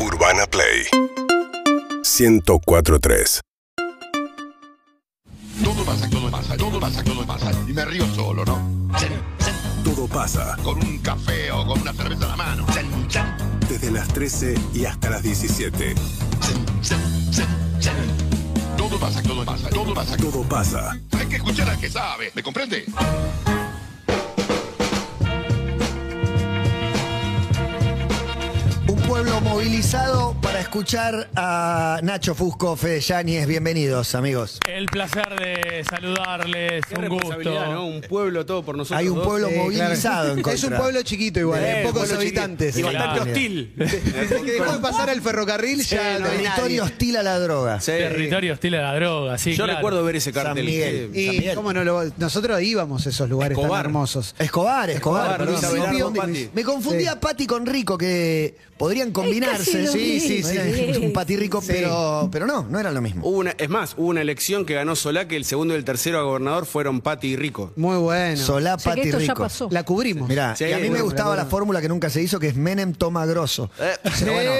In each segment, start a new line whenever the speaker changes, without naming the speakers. Urbana Play 1043.
Todo pasa, todo pasa, todo pasa, todo pasa. Y me río solo, ¿no? Zen, zen,
Todo pasa
Con un café o con una cerveza en la mano. Zen, zen,
desde las 13 y hasta las 17.
zen, zen, zen, zen. Todo pasa, todo pasa, todo pasa.
Todo pasa
Hay que escuchar al que sabe, ¿me comprende?
Un pueblo movilizado para escuchar a Nacho Fusco, Fede Yáñez. Bienvenidos, amigos.
El placer de saludarles,
Qué
un
responsabilidad,
gusto.
¿no? Un pueblo todo por nosotros.
Hay un
dos. eh,
pueblo
Sí,
movilizado en
Es un
contra.
pueblo chiquito igual,
Eh,
de
un
pocos
pueblo
habitantes.
chiquito. Y bastante
Claro.
hostil.
Desde que dejó de pasar el ferrocarril ya
Sí,
no
no
hay nadie.
Territorio hostil a la droga.
Sí.
Territorio hostil a la droga, sí.
Yo
claro.
recuerdo ver ese cartel.
San Miguel.
Sí.
San
Y
Miguel.
cómo no lo- nosotros íbamos a esos lugares
Escobar.
tan hermosos.
Escobar, Escobar.
Escobar,
perdón.
Luis Abelardo, Pati.
Me confundía a Pati con Rico, que podrían combinarse.
lo
sí, sí, sí.
mismo,
¿eh?
sí.
Un Pati Rico, pero, pero no, no era lo mismo.
Hubo una- es más, hubo una elección que ganó Solá que el segundo y el tercero a gobernador fueron Pati y Rico.
Muy bueno.
Solá,
O sea que
Pati
esto ya
Rico.
pasó.
La cubrimos.
Mirá,
Sí,
y a mí me
bueno,
gustaba la fórmula que nunca se hizo, que es Menem toma grosso. Pero bueno,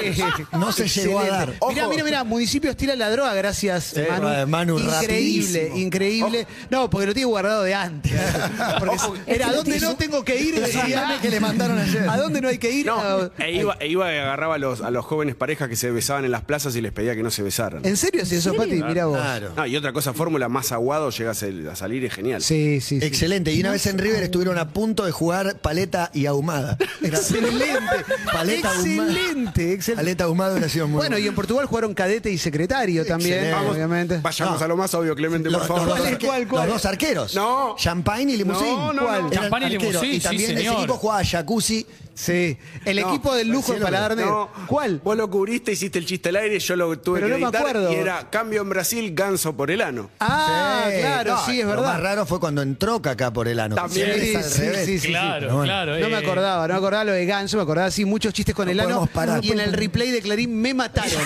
Eh, Sí.
no se llegó a dar. Ojo.
Mirá, mirá, mirá, municipio hostila la droga, gracias,
eh,
Manu.
Manu,
increíble,
rapidísimo.
increíble. No, porque lo tiene guardado de antes. Porque era
Este
a dónde
hizo-
no tengo que ir, "Ah,
meme que le mandaron ayer.
¿A dónde no hay que ir?
No,
Ah,
e iba, e iba y agarraba a los, a los jóvenes parejas que se besaban en las plazas y les pedía que no se besaran.
¿En serio si eso, Pati? Mirá vos.
Claro.
No, y otra cosa, fórmula más aguado llegas a salir es genial.
Sí, sí, sí.
Excelente. Y una vez en River estuvieron a punto de jugar paleta y ahumada. Era-
Excelente.
paleta ahumada.
excelente, excelente.
Paleta ahumada hubiera sido muy
Bueno, y en Portugal jugaron cadete y secretario también,
Excelente.
vamos, obviamente.
Vayamos a lo más obvio, Clemente, por
los,
favor.
los dos
¿Cuál
arque-
cuál, cuál?
los dos arqueros.
No.
Champagne y Limusín.
No, no,
¿Cuál?
no.
Eran
Champagne y
arqueros.
Limusín,
Y
sí,
también ese
señor.
equipo jugaba jacuzzi.
Sí. El
No,
equipo del lujo
sí,
en Paladar
No,
¿Cuál?
Vos lo cubriste, hiciste el chiste al aire, yo lo tuve
Pero
que
no me
editar,
acuerdo.
y era cambio en Brasil, ganso por el ano.
Ah,
Sí.
claro,
No,
sí, es
Lo más
verdad.
raro fue cuando entró Kaká por el ano.
También.
Siempre es al
Sí,
revés.
sí, sí,
Claro,
Pero bueno.
claro.
No me
eh,
acordaba, no me acordaba lo de Ganso, me acordaba así muchos chistes con
No
el ano.
podemos parar.
Y en el replay de Clarín me mataron.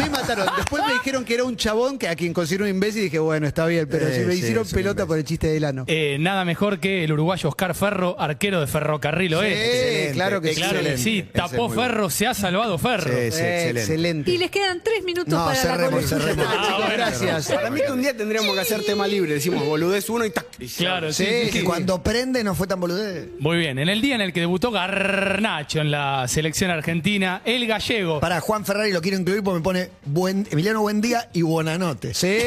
me mataron. Después me dijeron que era un chabón que a quien considero un imbécil y dije, bueno, está bien, pero
Eh,
si me
sí,
hicieron
es un
pelota
imbécil.
por el chiste del ano.
eh, nada mejor que el uruguayo Oscar Ferro, arquero de Ferrocarril Oeste.
Excelente,
Sí, claro que sí.
claro que sí,
excelente.
tapó
Ese es muy
Ferro, se ha salvado Ferro.
Sí, sí,
Eh, excelente.
Y les quedan tres minutos
No,
para la
cerremos,
columna.
cerremos.
Ah, chicos, gracias.
Para mí que un día tendríamos que hacer tema libre. Decimos boludez uno y tac. y se
Claro,
abre.
sí,
Sí,
sí, sí.
sí.
Cuando prende no fue tan boludez.
Muy bien, en el día en el que debutó Garnacho en la selección argentina, el gallego.
Para Juan Ferrari lo quiero incluir porque me pone buen, Emiliano Buendía y Buonanote.
Sí,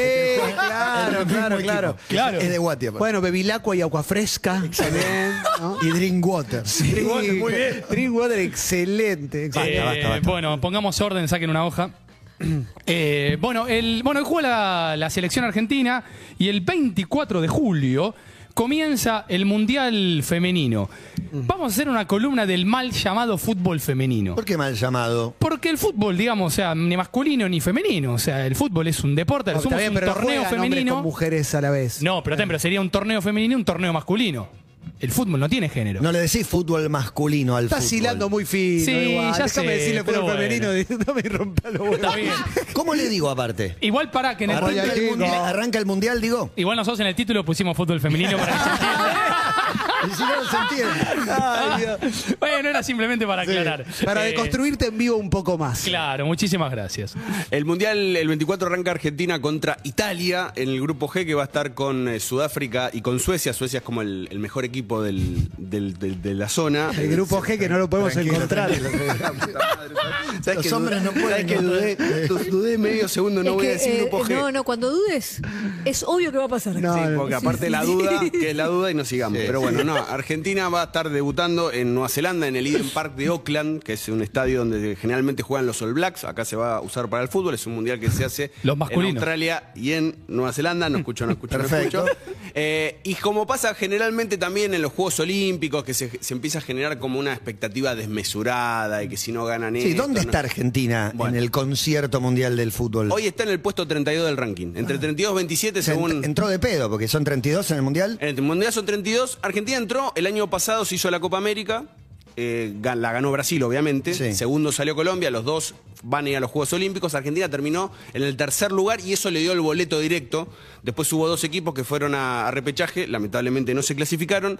claro, claro, claro.
Claro.
Es de Guatia. aparte.
Bueno, bebilacqua y agua fresca. También, ¿no?
y Drinkwater.
Drinkwater, muy bien. Drinkwater, excelente. excelente.
Eh, Bueno, pongamos orden, saquen una hoja. Eh, bueno, el, bueno, juega la, la selección argentina y el 24 de julio comienza el Mundial Femenino. Vamos a hacer una columna del mal llamado fútbol femenino.
¿Por qué mal llamado?
Porque el fútbol, digamos, o sea, ni masculino ni femenino. O sea, el fútbol es un deporte,
No,
somos
está bien,
un
pero no
torneo
juegan hombres
femenino.
con mujeres a la vez.
No, pero, también, pero sería un torneo femenino y un torneo masculino. El fútbol no tiene género.
No le decís fútbol masculino al
Estás
fútbol.
hilando muy fino.
Sí,
igual.
ya
Déjame
sé,
decirle por
pero
el femenino. No me rompa los huevos.
Está bien.
¿Cómo le digo aparte?
Igual para que en el
Arranca el,
Guayaquil,
mundial,
no.
arranca el mundial, digo.
Igual nosotros en el título pusimos fútbol femenino para que se
Y si no, no se entiende.
entienda. Bueno, era simplemente para aclarar.
Para
Eh,
deconstruirte en vivo un poco más.
Claro, muchísimas gracias.
El Mundial, el 24 arranca Argentina contra Italia en el grupo G que va a estar con eh, Sudáfrica y con Suecia. Suecia es como el, el mejor equipo del- del- del- de la zona.
El grupo G que no lo podemos
Tranquilo,
encontrar.
¿Sabés
Los
que
hombres no
dudé-
pueden
¿sabés que dudé, Du- dudé medio segundo, no
Es
voy a
que,
decir
eh,
grupo G.
No, no, cuando dudes, es obvio que va a pasar.
No,
Sí,
no,
porque aparte la duda, que es la duda y nos sigamos. Pero bueno, no, Argentina va a estar debutando en Nueva Zelanda, en el Eden Park de Oakland, que es un estadio donde generalmente juegan los All Blacks, acá se va a usar para el fútbol, es un mundial que se hace
Los
en
masculinos.
Australia y en Nueva Zelanda, no escucho, no escucho, no
Perfecto.
escucho. Eh, y como pasa generalmente también en los Juegos Olímpicos, que se, se empieza a generar como una expectativa desmesurada y que si no ganan
Sí,
esto,
¿dónde
no-
está Argentina
Bueno.
en el concierto mundial del fútbol?
Hoy está en el puesto 32 del ranking, entre 32 y 27
Se
según...
ent- entró de pedo porque son 32 en el mundial.
En el Mundial son 32. Argentina entró, el año pasado se hizo la Copa América. eh, gan- la ganó Brasil, obviamente.
Sí.
Segundo salió Colombia. Los dos van a ir a los Juegos Olímpicos. Argentina terminó en el tercer lugar y eso le dio el boleto directo. Después hubo dos equipos que fueron a, a repechaje. Lamentablemente no se clasificaron.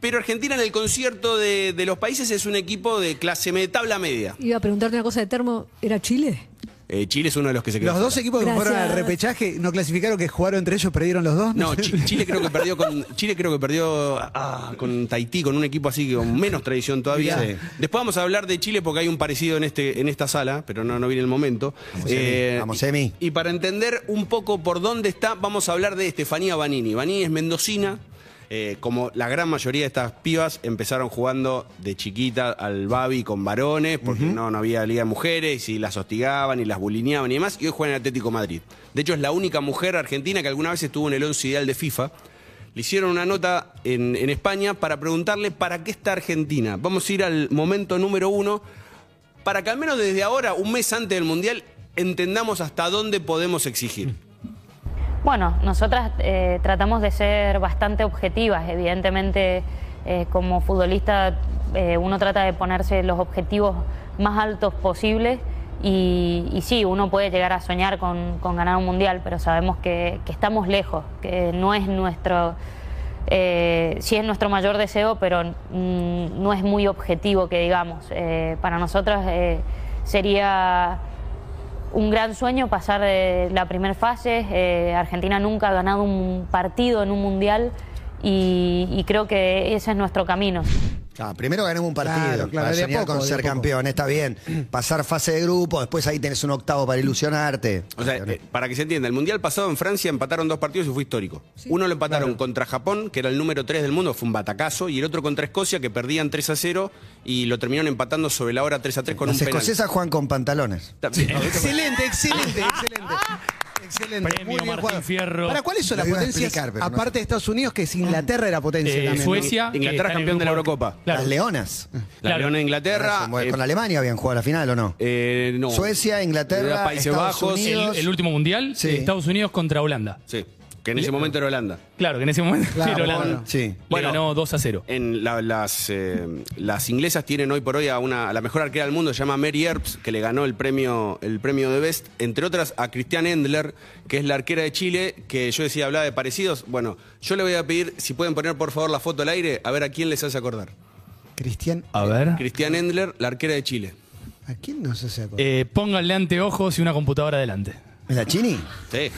Pero Argentina en el concierto de, de los países es un equipo de clase media, tabla media.
Iba a preguntarte una cosa de termo. ¿Era Chile?
Eh, Chile es uno de los que se quedó.
Los dos
fuera.
equipos que
Gracias.
fueron al repechaje no clasificaron, que jugaron entre ellos, perdieron los dos.
No, Chi- Chile creo que perdió con Chile creo que perdió ah, con Tahití, con un equipo así que con menos tradición todavía.
Mirá.
Sí. Después vamos a hablar de Chile porque hay un parecido en este en esta sala, pero no no viene el momento. Eh,
vamos, Emi.
Y, y para entender un poco por dónde está, vamos a hablar de Estefanía Banini. Banini es mendocina. eh, como la gran mayoría de estas pibas empezaron jugando de chiquita al babi con varones, porque no, no había liga de mujeres y las hostigaban y las bulineaban y demás, y hoy juegan en Atlético Madrid. De hecho, es la única mujer argentina que alguna vez estuvo en el once ideal de FIFA. Le hicieron una nota en, en España para preguntarle para qué está Argentina. Vamos a ir al momento número uno para que al menos desde ahora, un mes antes del Mundial, entendamos hasta dónde podemos exigir.
Bueno, nosotras eh, tratamos de ser bastante objetivas. Evidentemente, eh, como futbolista, eh, uno trata de ponerse los objetivos más altos posibles. Y, y sí, uno puede llegar a soñar con, con ganar un mundial, pero sabemos que, que estamos lejos, que no es nuestro. eh, sí es nuestro mayor deseo, pero mm, no es muy objetivo que digamos. Eh, para nosotras eh, sería un gran sueño pasar de la primera fase. Eh, Argentina nunca ha ganado un partido en un mundial y, y creo que ese es nuestro camino.
Ah, primero ganemos un partido
Claro, claro,
para
de a
soñar
poco,
con
de a
ser
poco.
campeón, está bien. Pasar fase de grupo, después ahí tenés un octavo para ilusionarte.
O sea, eh, para que se entienda, el Mundial pasado en Francia empataron dos partidos y fue histórico. Uno lo empataron contra Japón, que era el número 3 del mundo, fue un batacazo, y el otro contra Escocia, que perdían 3 a 0 y lo terminaron empatando sobre la hora 3 a 3 con
Las
un penal.
escocesas juegan con pantalones.
También.
Excelente, excelente, excelente. Excelente.
Premio
muy bien
Martín
jugado.
Fierro.
¿Para cuáles son
Lo
las
iba a
potencias?
explicar, pero no
aparte de Estados Unidos, que es Inglaterra era potencia
Eh,
también. ¿no?
Suecia. que
Inglaterra
está en el
campeón de la
grupo-
Eurocopa.
Claro.
Las leonas.
La
Claro.
Leona de Inglaterra.
Con
eh,
Alemania habían jugado la final o no.
eh, no.
Suecia, Inglaterra,
Era Países
Estados
Bajos.
Unidos.
El, el último mundial, eh,
Sí.
Estados Unidos contra Holanda.
Sí, que en ese momento era Holanda.
Claro, que en ese momento
Claro,
era Holanda.
bueno.
Sí.
Le
Bueno.
ganó 2 a 0.
En la- las, eh, las inglesas tienen hoy por hoy a, una, a la mejor arquera del mundo, se llama Mary Earps, que le ganó el premio, el premio de Best, entre otras a Cristian Endler, que es la arquera de Chile, que yo decía hablaba de parecidos. Bueno, yo le voy a pedir, si pueden poner por favor la foto al aire, a ver a quién les hace acordar.
Cristian,
A ver.
Cristian Endler, la arquera de Chile.
¿a quién nos hace acordar?
Eh, pónganle anteojos y una computadora adelante.
¿Es la Chini?
Sí.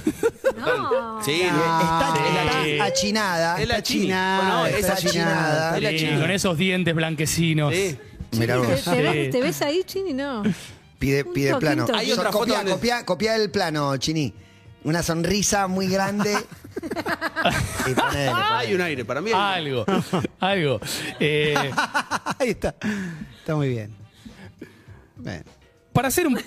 No.
Sí,
Ah,
Está,
Sí.
está achinada.
Es la
está
Chini.
achinada,
Bueno, es
está
la Chini.
achinada.
Es la
Sí,
China.
Eh, con esos dientes blanquecinos.
sí.
Mirá
¿Te,
vos.
te ves, te ves ahí, Chini? No.
Pide,
Un
pide
toque,
plano.
un toque.
Hay otra foto
copia,
donde-
copia, copia el plano, Chini. Una sonrisa muy grande. y ponele,
Hay
ponele.
un aire, para mí. hay un aire.
Algo, algo. Eh,
Ahí está. Está muy bien. Bueno.
para hacer un,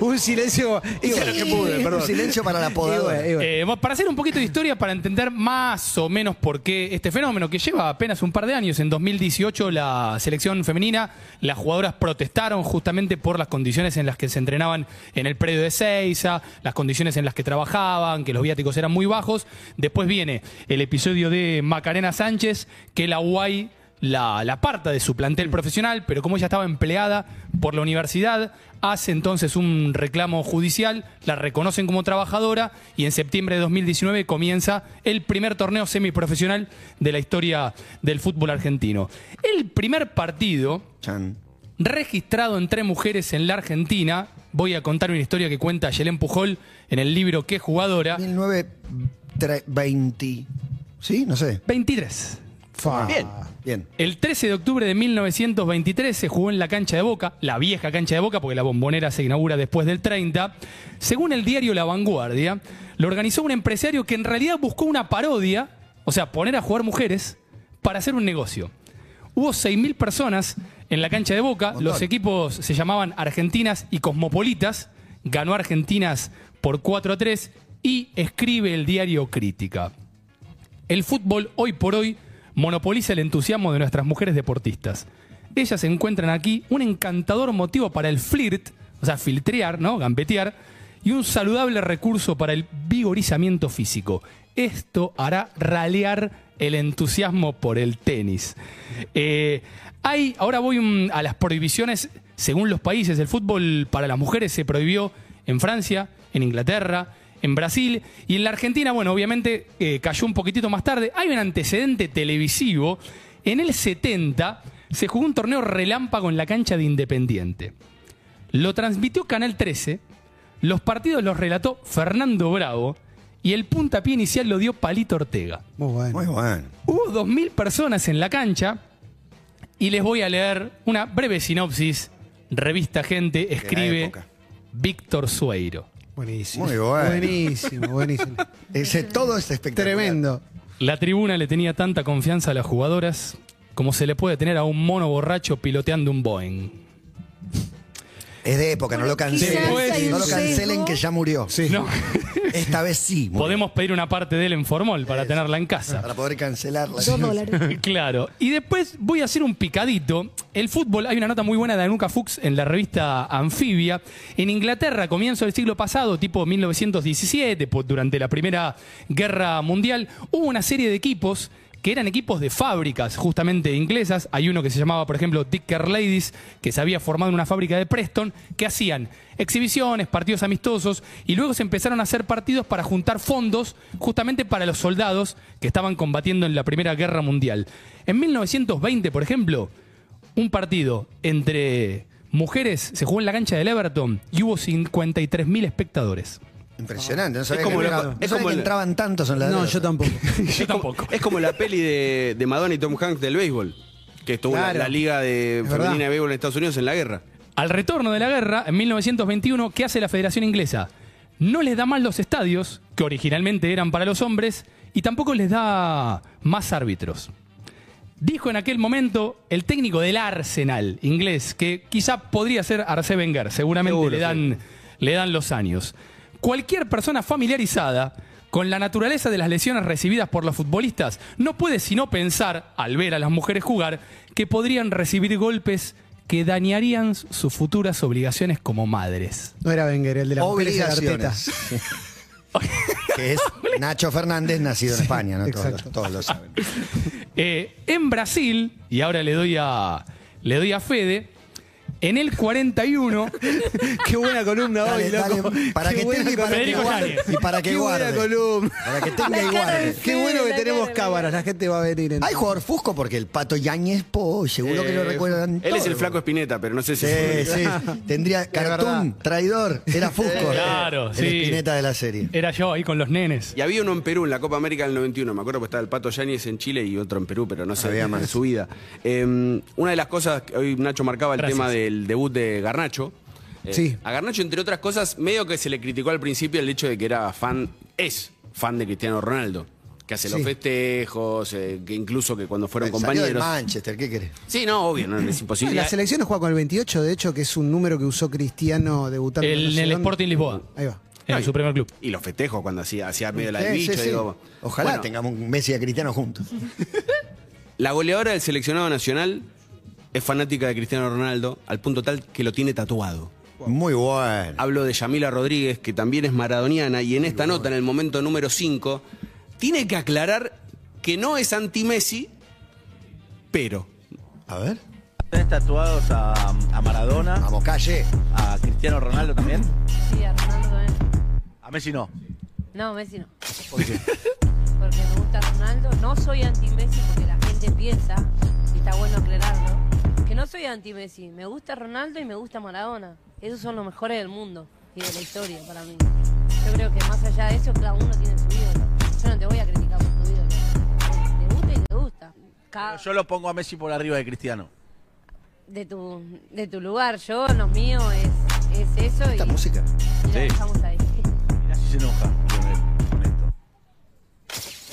Un silencio. Hice lo que pude,
Un
perdón.
silencio para la
Y
podadora.
bueno, y bueno.
Eh, bueno, para hacer un poquito de historia, para entender más o menos por qué este fenómeno que lleva apenas un par de años, en 2018 la selección femenina, las jugadoras protestaron justamente por las condiciones en las que se entrenaban en el predio de Seiza, las condiciones en las que trabajaban, que los viáticos eran muy bajos. Después viene el episodio de Macarena Sánchez, que la UAI la, la parta de su plantel profesional, pero como ella estaba empleada por la universidad, hace entonces un reclamo judicial, la reconocen como trabajadora y en septiembre de 2019 comienza el primer torneo semiprofesional de la historia del fútbol argentino. El primer partido
Chan.
registrado entre mujeres en la Argentina, voy a contar una historia que cuenta Yelén Pujol en el libro Qué jugadora,
1920. ¿Sí? No sé. Ah,
23.
Fa.
Bien.
Bien.
El 13 de octubre de 1923 se jugó en la cancha de Boca, la vieja cancha de Boca, porque la bombonera se inaugura después del 30. Según el diario La Vanguardia, lo organizó un empresario que en realidad buscó una parodia, o sea, poner a jugar mujeres, para hacer un negocio. Hubo 6.000 personas en la cancha de Boca, los equipos se llamaban Argentinas y Cosmopolitas, ganó Argentinas por 4 a 3 y escribe el diario Crítica. El fútbol hoy por hoy monopoliza el entusiasmo de nuestras mujeres deportistas. Ellas encuentran aquí un encantador motivo para el flirt, o sea, filtrear, ¿no? Gambetear, y un saludable recurso para el vigorizamiento físico. Esto hará ralear el entusiasmo por el tenis. Eh, hay, ahora voy mm, a las prohibiciones según los países. El fútbol para las mujeres se prohibió en Francia, en Inglaterra, en Brasil y en la Argentina, bueno, obviamente eh, cayó un poquitito más tarde. Hay un antecedente televisivo En el 70 se jugó un torneo relámpago en la cancha de Independiente. Lo transmitió Canal 13, los partidos los relató Fernando Bravo y el puntapié inicial lo dio Palito Ortega.
Muy bueno.
Muy bueno.
Hubo 2.000 personas en la cancha y les voy a leer una breve sinopsis. Revista Gente escribe
época.
Víctor Sueiro.
Buenísimo.
Muy bueno.
Buenísimo, buenísimo.
Ese, todo es espectacular.
Tremendo.
La tribuna le tenía tanta confianza a las jugadoras como se le puede tener a un mono borracho piloteando un Boeing.
Es de época, no lo cancelen.
Después- hay un
no lo cancelen
sesgo.
que ya murió.
No,
Esta vez sí. murió.
podemos pedir una parte de él en formol para tenerla en casa.
Para poder cancelarla.
Dos dólares.
Claro. Y después voy a hacer un picadito. El fútbol, hay una nota muy buena de Anuka Fuchs en la revista Anfibia. En Inglaterra, comienzo del siglo pasado, tipo 1917, po- pues durante la Primera Guerra Mundial, hubo una serie de equipos que eran equipos de fábricas justamente inglesas. Hay uno que se llamaba, por ejemplo, Dicker Ladies, que se había formado en una fábrica de Preston, que hacían exhibiciones, partidos amistosos, y luego se empezaron a hacer partidos para juntar fondos justamente para los soldados que estaban combatiendo en la Primera Guerra Mundial. En 1920, por ejemplo, un partido entre mujeres se jugó en la cancha del Everton y hubo 53.000 espectadores.
Impresionante. No sabía,
como
que,
la-
no sabía
es como
que
la-
entraban tantos en la
No,
droga.
yo tampoco.
Yo tampoco.
Es como la peli de, de Madonna y Tom Hanks del béisbol, que estuvo en la-
Claro.
la, liga de
Es verdad.
femenina de béisbol en Estados Unidos en la guerra.
Al retorno de la guerra, en 1921, ¿qué hace la Federación Inglesa? No les da más los estadios, que originalmente eran para los hombres, y tampoco les da más árbitros. Dijo en aquel momento el técnico del Arsenal inglés, que quizá podría ser Arce Wenger, seguramente
Seguro,
le, dan, le dan los años. Cualquier persona familiarizada con la naturaleza de las lesiones recibidas por los futbolistas no puede sino pensar, al ver a las mujeres jugar, que podrían recibir golpes que dañarían sus futuras obligaciones como madres.
No era Wenger, el de la
Obligaciones. que es Nacho Fernández, nacido en España, ¿no? Todos,
exacto.
todos lo saben.
Eh, en Brasil, y ahora le doy a, le doy a Fede, en el 41...
Qué buena columna hoy,
Dale, dale,
loco.
para
Qué
que
buena
tenga y para que
Federico
guarde.
Sánchez.
Y para que
Qué buena
guarde.
columna.
Para que tenga y
La cara de
guarde.
Qué
Sí,
bueno que
la
tenemos
cara de-
cámaras, la gente va a venir. en-
Hay jugador Fusco porque el pato Yañez, po, seguro que lo
Eh,
recuerdan.
Él es el
todos.
flaco Espineta, pero no sé si.
Sí, sí. Tendría cartón,
verdad.
traidor. Era
Eh,
Fusco.
Claro,
el
sí.
espineta de la serie.
Era yo ahí con los nenes.
Y había uno en Perú, en la Copa América del 91. Me acuerdo que estaba el Pato Yáñez en Chile y otro en Perú, pero no sabía más de su vida. Eh, una de las cosas, que hoy Nacho marcaba el
Gracias.
tema del debut de Garnacho. Eh,
Sí.
A Garnacho, entre otras cosas, medio que se le criticó al principio el hecho de que era fan, es fan de Cristiano Ronaldo. Que hace los
Sí.
festejos, eh, que incluso que cuando fueron
Eh, Salió del
compañeros.
Manchester, ¿qué querés?
Sí, no, obvio, no, es imposible.
La selección juega con el 28, de hecho, que es un número que usó Cristiano debutando.
El-
no sé
en el
dónde.
Sporting Lisboa.
Ahí va.
En su primer club.
Y los festejos cuando hacía, hacía medio la de
Sí,
bicho.
sí, sí.
digo,
Ojalá
bueno,
tengamos un Messi y a Cristiano juntos.
La goleadora del seleccionado nacional es fanática de Cristiano Ronaldo al punto tal que lo tiene tatuado.
Muy bueno.
Hablo de Yamila Rodríguez, que también es maradoniana, y en esta nota, en el momento número 5, tiene que aclarar que no es anti-Messi, pero.
A ver.
¿Tenés tatuados a, a Maradona,
Vamos, calle.
a Cristiano Ronaldo también?
Sí, a Ronaldo también.
¿eh?
A Messi no.
No, Messi no. Porque me gusta Ronaldo. No soy anti-Messi porque la gente piensa, y está bueno aclararlo, que no soy anti-Messi. Me gusta Ronaldo y me gusta Maradona. Esos son los mejores del mundo y de la historia para mí. Yo creo que más allá de eso, cada uno tiene su ídolo. Yo no te voy a criticar por tu ídolo. Te gusta y te gusta. Cada-
Pero yo lo pongo a Messi por arriba de Cristiano.
de, tu, de tu lugar, yo, los míos, es, es eso.
Esta
y,
música.
y la
Sí.
dejamos ahí.
Mirá si se enoja con, él, con esto.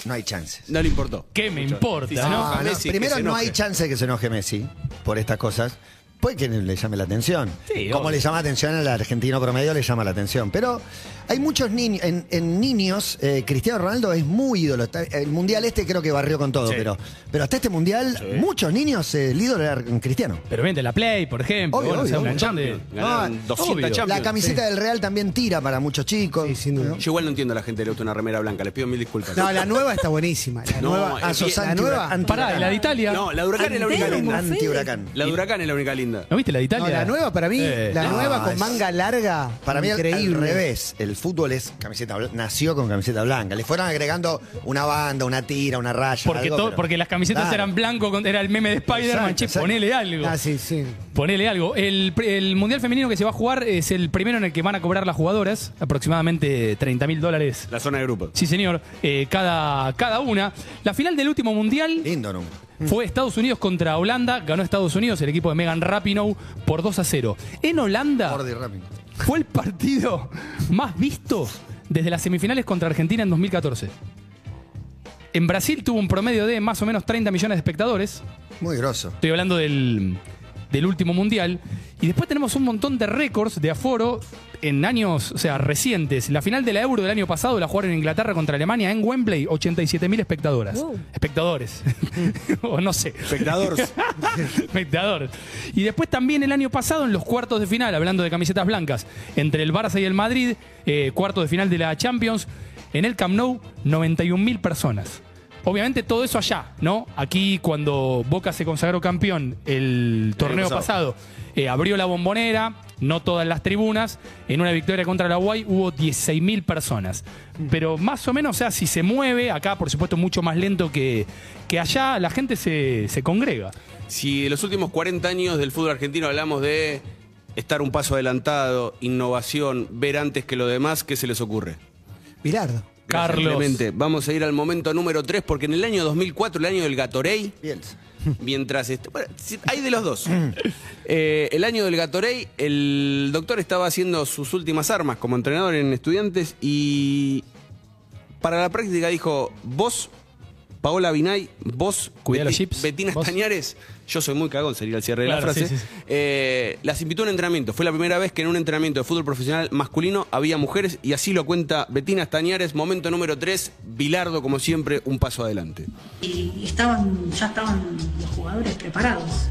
No hay chances.
No le importó.
¿Qué me importa, no?
Ah, No, no,
Messi, que
primero
se
no
enoje.
hay chance de que se enoje Messi por estas cosas. Puede que le llame la atención.
Sí,
Como
obvio.
le llama atención al argentino promedio, le llama la atención. Pero hay muchos niños, en, en niños, eh, Cristiano Ronaldo es muy ídolo. Está- El mundial este creo que barrió con todo, pero, pero hasta este mundial, muchos niños, eh, el ídolo era Cristiano.
Pero vende la Play, por ejemplo.
Obvio,
bueno,
obvio,
o sea, un
obvio.
montón de-
Ganaron
Ah,
200
obvio.
Champions.
La camiseta del Real también tira para muchos chicos.
Sí, sin duda.
¿no?
Yo igual no entiendo a la gente que le gusta una remera blanca, les pido mil disculpas.
No, la nueva está buenísima. La
No,
nueva.
es
Ah, sos
bien-
la
anti-
nueva.
anti-
Pará, ¿y la de Italia.
No, la de Huracán es la única
Antero,
linda.
Mofete.
Anti-huracán.
La de Huracán es la única linda.
¿No viste la de Italia?
No, la nueva para mí,
Eh,
la
no,
nueva con
es-
manga larga,
Para mí, al-
increíble.
al revés. El fútbol es camiseta blan- nació con camiseta blanca. Le fueron agregando una banda, una tira, una raya.
Porque,
algo,
to-
pero-
porque las camisetas
Claro.
eran blanco, con- era el meme de Spider-Man.
Exacto,
Che,
exacto.
ponele algo.
Ah, sí, sí.
Ponele algo. El, pre- el Mundial Femenino que se va a jugar es el primero en el que van a cobrar las jugadoras, aproximadamente 30 mil dólares.
La zona de grupo.
Sí, señor. eh, cada, cada una. La final del último Mundial
Lindo, ¿no?
fue Estados Unidos contra Holanda. Ganó Estados Unidos el equipo de Megan Rapinoe por 2 a 0. En Holanda
Gordi rápido.
fue el partido más visto desde las semifinales contra Argentina en 2014. En Brasil tuvo un promedio de más o menos 30 millones de espectadores.
Muy grosso.
Estoy hablando del, del último mundial. Y después tenemos un montón de récords de aforo en años, o sea, recientes. La final de la Euro del año pasado la jugaron en Inglaterra contra Alemania en Wembley, 87.000 espectadoras.
Wow.
Espectadores. o no sé.
Espectador.
Espectador. Y después también el año pasado, en los cuartos de final, hablando de camisetas blancas, entre el Barça y el Madrid, eh, cuarto de final de la Champions, en el Camp Nou, 91.000 personas. Obviamente todo eso allá, ¿no? Aquí cuando Boca se consagró campeón el torneo pasado, eh, abrió la bombonera, no todas las tribunas, en una victoria contra la Uruguay hubo 16.000 personas. Pero más o menos, o sea, si se mueve, acá por supuesto mucho más lento que, que allá, la gente se, se congrega.
Si en los últimos 40 años del fútbol argentino hablamos de estar un paso adelantado, innovación, ver antes que lo demás, ¿qué se les ocurre?
Bilardo.
Gracias,
Carlos.
Clemente. Vamos a ir al momento número 3 porque en el año 2004, el año del Gatorade,
Bielsa.
mientras... est- bueno, si- hay de los dos. Eh, el año del Gatorade, el doctor estaba haciendo sus últimas armas como entrenador en estudiantes y para la práctica dijo, vos, Paola Binay, vos,
Cuidá los
Beti-
chips,
Betina
vos".
Estañares, yo soy muy cagón, sería el cierre de
Claro,
la
sí,
frase,
sí, sí.
eh, las invitó a un entrenamiento. Fue la primera vez que en un entrenamiento de fútbol profesional masculino había mujeres y así lo cuenta Betina Estañares, momento número 3, Bilardo, como siempre, un paso adelante.
y estaban, ya estaban los jugadores preparados.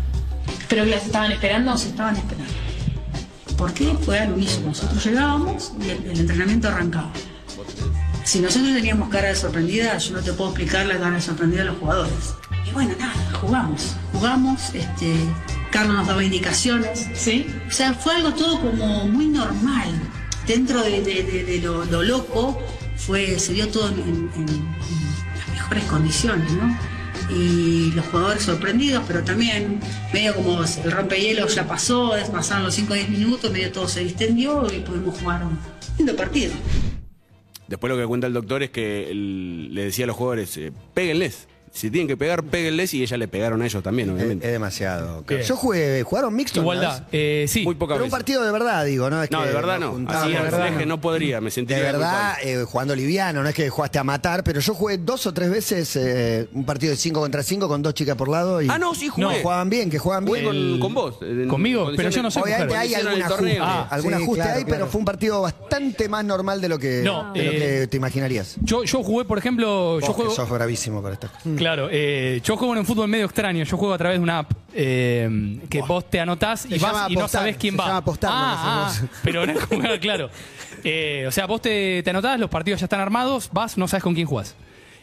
¿Pero las estaban esperando? Se estaban esperando. ¿Por qué? Fue al unísono. Nosotros llegábamos y el, el entrenamiento arrancaba. Si nosotros teníamos cara de sorprendida, yo no te puedo explicar la cara de sorprendida de los jugadores. Y bueno, nada, jugamos. Jugamos, este, Carlos nos daba indicaciones. ¿Sí? O sea, fue algo todo como muy normal. Dentro de, de- de- de lo, lo loco, fue, se dio todo en, en- en- en las mejores condiciones, ¿no? Y los jugadores sorprendidos, pero también medio como el rompehielos ya pasó, pasaron los 5 o 10 minutos, medio todo se distendió y pudimos jugar un lindo partido.
Después lo que cuenta el doctor es que el- le decía a los jugadores, eh, péguenles. Si tienen que pegar, péguenles y ellas le pegaron a ellos también,
Es,
obviamente.
es demasiado.
Bien.
Yo jugué, jugaron mixto. una
Igualdad.
vez?
Eh, sí.
Muy pocas
Pero un
veces.
partido de verdad, digo, ¿no? Es
No,
que
de verdad
nos
no.
juntamos,
Así
de
al
verdad
flash
no.
que no podría, me sentí
De verdad, eh, jugando liviano, no es que jugaste a matar, pero yo jugué dos o tres veces eh, un partido de 5 contra 5 con dos chicas por lado y.
Ah, no, sí jugué.
No, jugaban bien, que jugaban
Jugué
bien.
con, con vos. en
¿Conmigo? Pero yo no soy
condiciones-
Obviamente
mujer.
hay
Hicieron
algún
el
ajuste,
torneo.
Ah,
algún
sí,
ajuste
claro,
ahí, pero
claro.
fue un partido bastante más normal de lo que,
No,
de lo
eh,
que te imaginarías.
Yo, yo jugué, por ejemplo, yo
Vos, que
juego.
sos bravísimo para estas cosas.
Claro, eh, yo juego en un fútbol medio extraño. Yo juego a través de una app eh, que vos te anotás y
Se
vas
llama
y no
apostar,
sabés quién
se
va.
llama apostar,
ah,
Marcelo,
ah, pero no es jugar, claro. Eh, o sea, vos te, te anotás, los partidos ya están armados, vas, no sabes con quién jugás.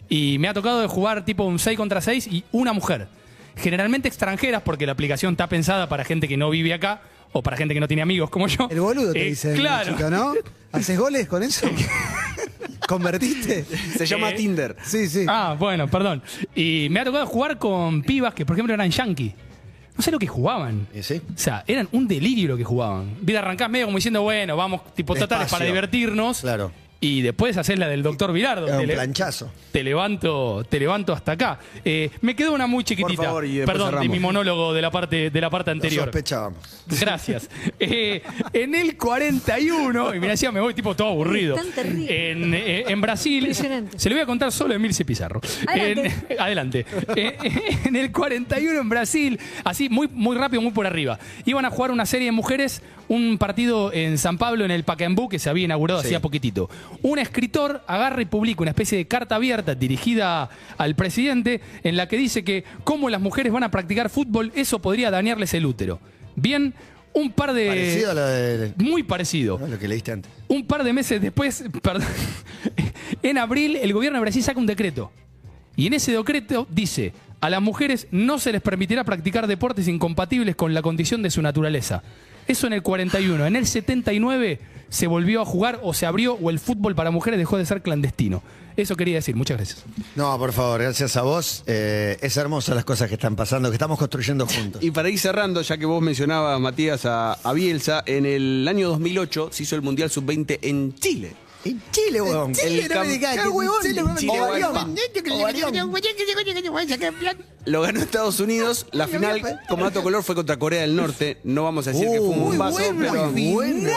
Y me ha tocado de jugar tipo un 6 contra 6 y una mujer. Generalmente extranjeras, porque la aplicación está pensada para gente que no vive acá o para gente que no tiene amigos como yo.
El boludo te
Eh,
dice,
Claro.
chico, ¿no? ¿Haces goles con eso? ¿Convertiste?
Se llama
Eh,
Tinder.
Sí, sí.
Ah, bueno, perdón. Y me ha tocado jugar con pibas que, por ejemplo, eran yankee. No sé lo que jugaban.
¿Y sí?
O sea, eran un delirio lo que jugaban. Vida arrancás medio como diciendo, bueno, vamos, tipo, totales
Despacio.
para divertirnos.
Claro.
Y después haces la del doctor Virardo.
Era
Te
un
le-
planchazo.
Te levanto, te levanto hasta acá. Eh, me quedó una muy chiquitita.
favor, y después
Perdón, de
cerramos.
mi monólogo de la parte, de la parte
Lo
anterior.
sospechábamos.
Gracias. Eh, en el 41, y mira, decía, me voy tipo todo aburrido.
Es tan terrible.
En, eh, en Brasil,
Impresionante.
se lo voy a contar solo a Emilce Pizarro.
Adelante.
En, adelante. Eh, en el 41 en Brasil, así muy, muy rápido, muy por arriba. Iban a jugar una serie de mujeres, un partido en San Pablo, en el Pacaembú, que se había inaugurado hacía poquitito. Un escritor agarra y publica una especie de carta abierta dirigida al presidente en la que dice que cómo las mujeres van a practicar fútbol, eso podría dañarles el útero. Bien, un par de...
Parecido a lo, de-
Muy parecido.
¿no? lo que leíste antes.
Un par de meses después, perdón, en abril, el gobierno de Brasil saca un decreto. Y en ese decreto dice, A las mujeres no se les permitirá practicar deportes incompatibles con la condición de su naturaleza. Eso en el 41. En el 79 se volvió a jugar o se abrió o el fútbol para mujeres dejó de ser clandestino. Eso quería decir. Muchas gracias.
No, por favor, gracias a vos. Eh, es hermosa las cosas que están pasando, que estamos construyendo juntos.
Y para ir cerrando, ya que vos mencionabas, Matías, a, a Bielsa, en el año 2008 se hizo el Mundial Sub-20 en Chile.
En Chile, huevón.
Chile, no me digas, en Chile, huevón. Ovarión. Lo ganó Estados Unidos. La final, como dato color, fue contra Corea del Norte. No vamos a decir que fue
Uh,
un
muy
bombazo,
buena
pero...
final.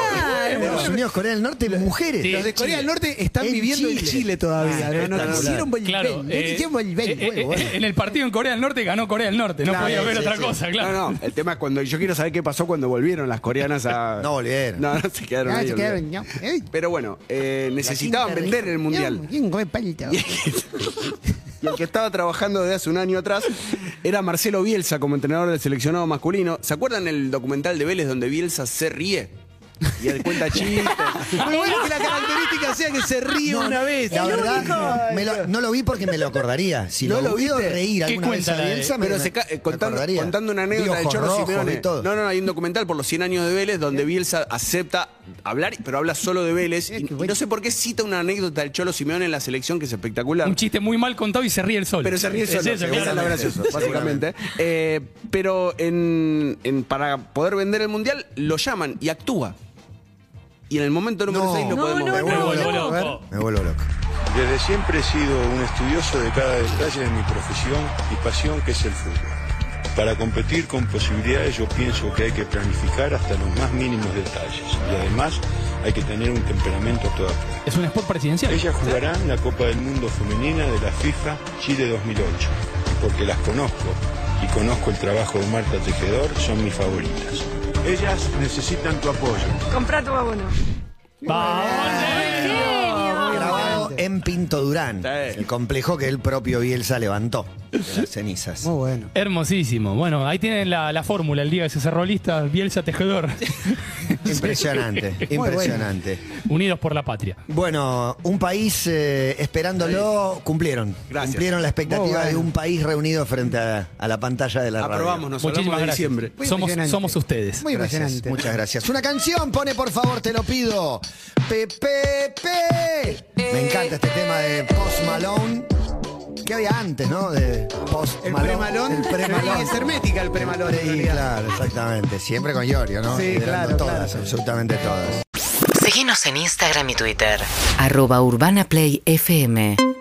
Estados Unidos, Corea del Norte, mujeres.
Los de Corea del Norte están
En
viviendo en
Chile.
Chile todavía.
Ah,
no, no
espectacular.
quisieron volver.
Claro,
no
eh,
quisieron volver.
eh, eh,
Bueno,
En el partido en Corea del Norte ganó Corea del Norte. No
Claro,
podía haber
sí,
otra
sí.
cosa, claro.
No, no, el tema es cuando yo quiero saber qué pasó cuando volvieron las coreanas a...
No volvieron.
No, no se quedaron
Ah,
ahí,
se quedaron,
olvidate.
no. Ey.
Pero bueno, eh, necesitaban vender en el Mundial.
¿Quién come palta?
Y el que estaba trabajando desde hace un año atrás era Marcelo Bielsa como entrenador del seleccionado masculino. ¿Se acuerdan el documental de Vélez donde Bielsa se ríe? Y él cuenta chistes.
Muy bueno que la característica sea que se ríe una vez.
La verdad, me lo- no lo vi porque me lo acordaría. Si
¿No
lo,
lo
hubiera
viste?
reír
¿Qué
alguna vez
cuenta
a
la de-
Bielsa, me-
Pero
me-
se ca- eh,
me
contando,
acordaría.
contando
Vi
una anécdota del
ojos
Chorro
rojos, vi
Simeone. No,
todo.
no, no, hay un documental por los 100 años de Vélez donde Bielsa acepta hablar, pero habla solo de Vélez. Y, y no sé por qué cita una anécdota del Cholo Simeone en la selección que es espectacular.
Un chiste muy mal contado y se ríe el sol.
Pero se ríe solo.
Es eso,
seguro,
claro.
lo gracioso, básicamente. Eh, pero en, en- para poder vender el mundial, lo llaman y actúa. Y en el momento número
No.
6 lo
No,
podemos
me
ver.
vuelvo
no,
loco.
no.
Me vuelvo loco.
Desde siempre he sido un estudioso de cada detalle de mi profesión y pasión que es el fútbol. Para competir con posibilidades yo pienso que hay que planificar hasta los más mínimos detalles y además hay que tener un temperamento a toda prueba.
Es un spot presidencial.
Ellas jugarán la Copa del Mundo Femenina de la FIFA Chile 2008 porque las conozco y conozco el trabajo de Marta Tejedor, son mis favoritas. Ellas necesitan tu apoyo.
Comprá tu abono.
Grabado en Pinto Durán,
Sí.
el complejo que el propio Bielsa levantó de las cenizas.
Muy bueno.
Hermosísimo. Bueno, ahí tienen la, la fórmula el día que se cerró lista, Bielsa Tejedor,
Impresionante, impresionante.
unidos por la patria.
Bueno, un país eh, esperándolo cumplieron.
Gracias.
Cumplieron la expectativa
Muy bueno.
de un país reunido frente a, a la pantalla de la radio.
Aprobamos, nos hablamos
Muchísimas
de
gracias.
diciembre.
Muy
Somos,
impresionante.
somos ustedes.
Muy
Gracias,
impresionante.
Muchas gracias. Una canción, pone por favor, te lo pido. Pepe, Pepe. Me encanta este tema de Post Malone. ¿Qué había antes, no? De Post
El
Malone.
premalón.
El premalón.
Es hermética el premalón. en
Sí,
realidad.
claro, exactamente. Siempre con Yorio, ¿no?
Sí,
Liderando
claro,
Todas,
claro.
absolutamente todas.
Síguenos en Instagram y Twitter.
Arroba Urbana Play FM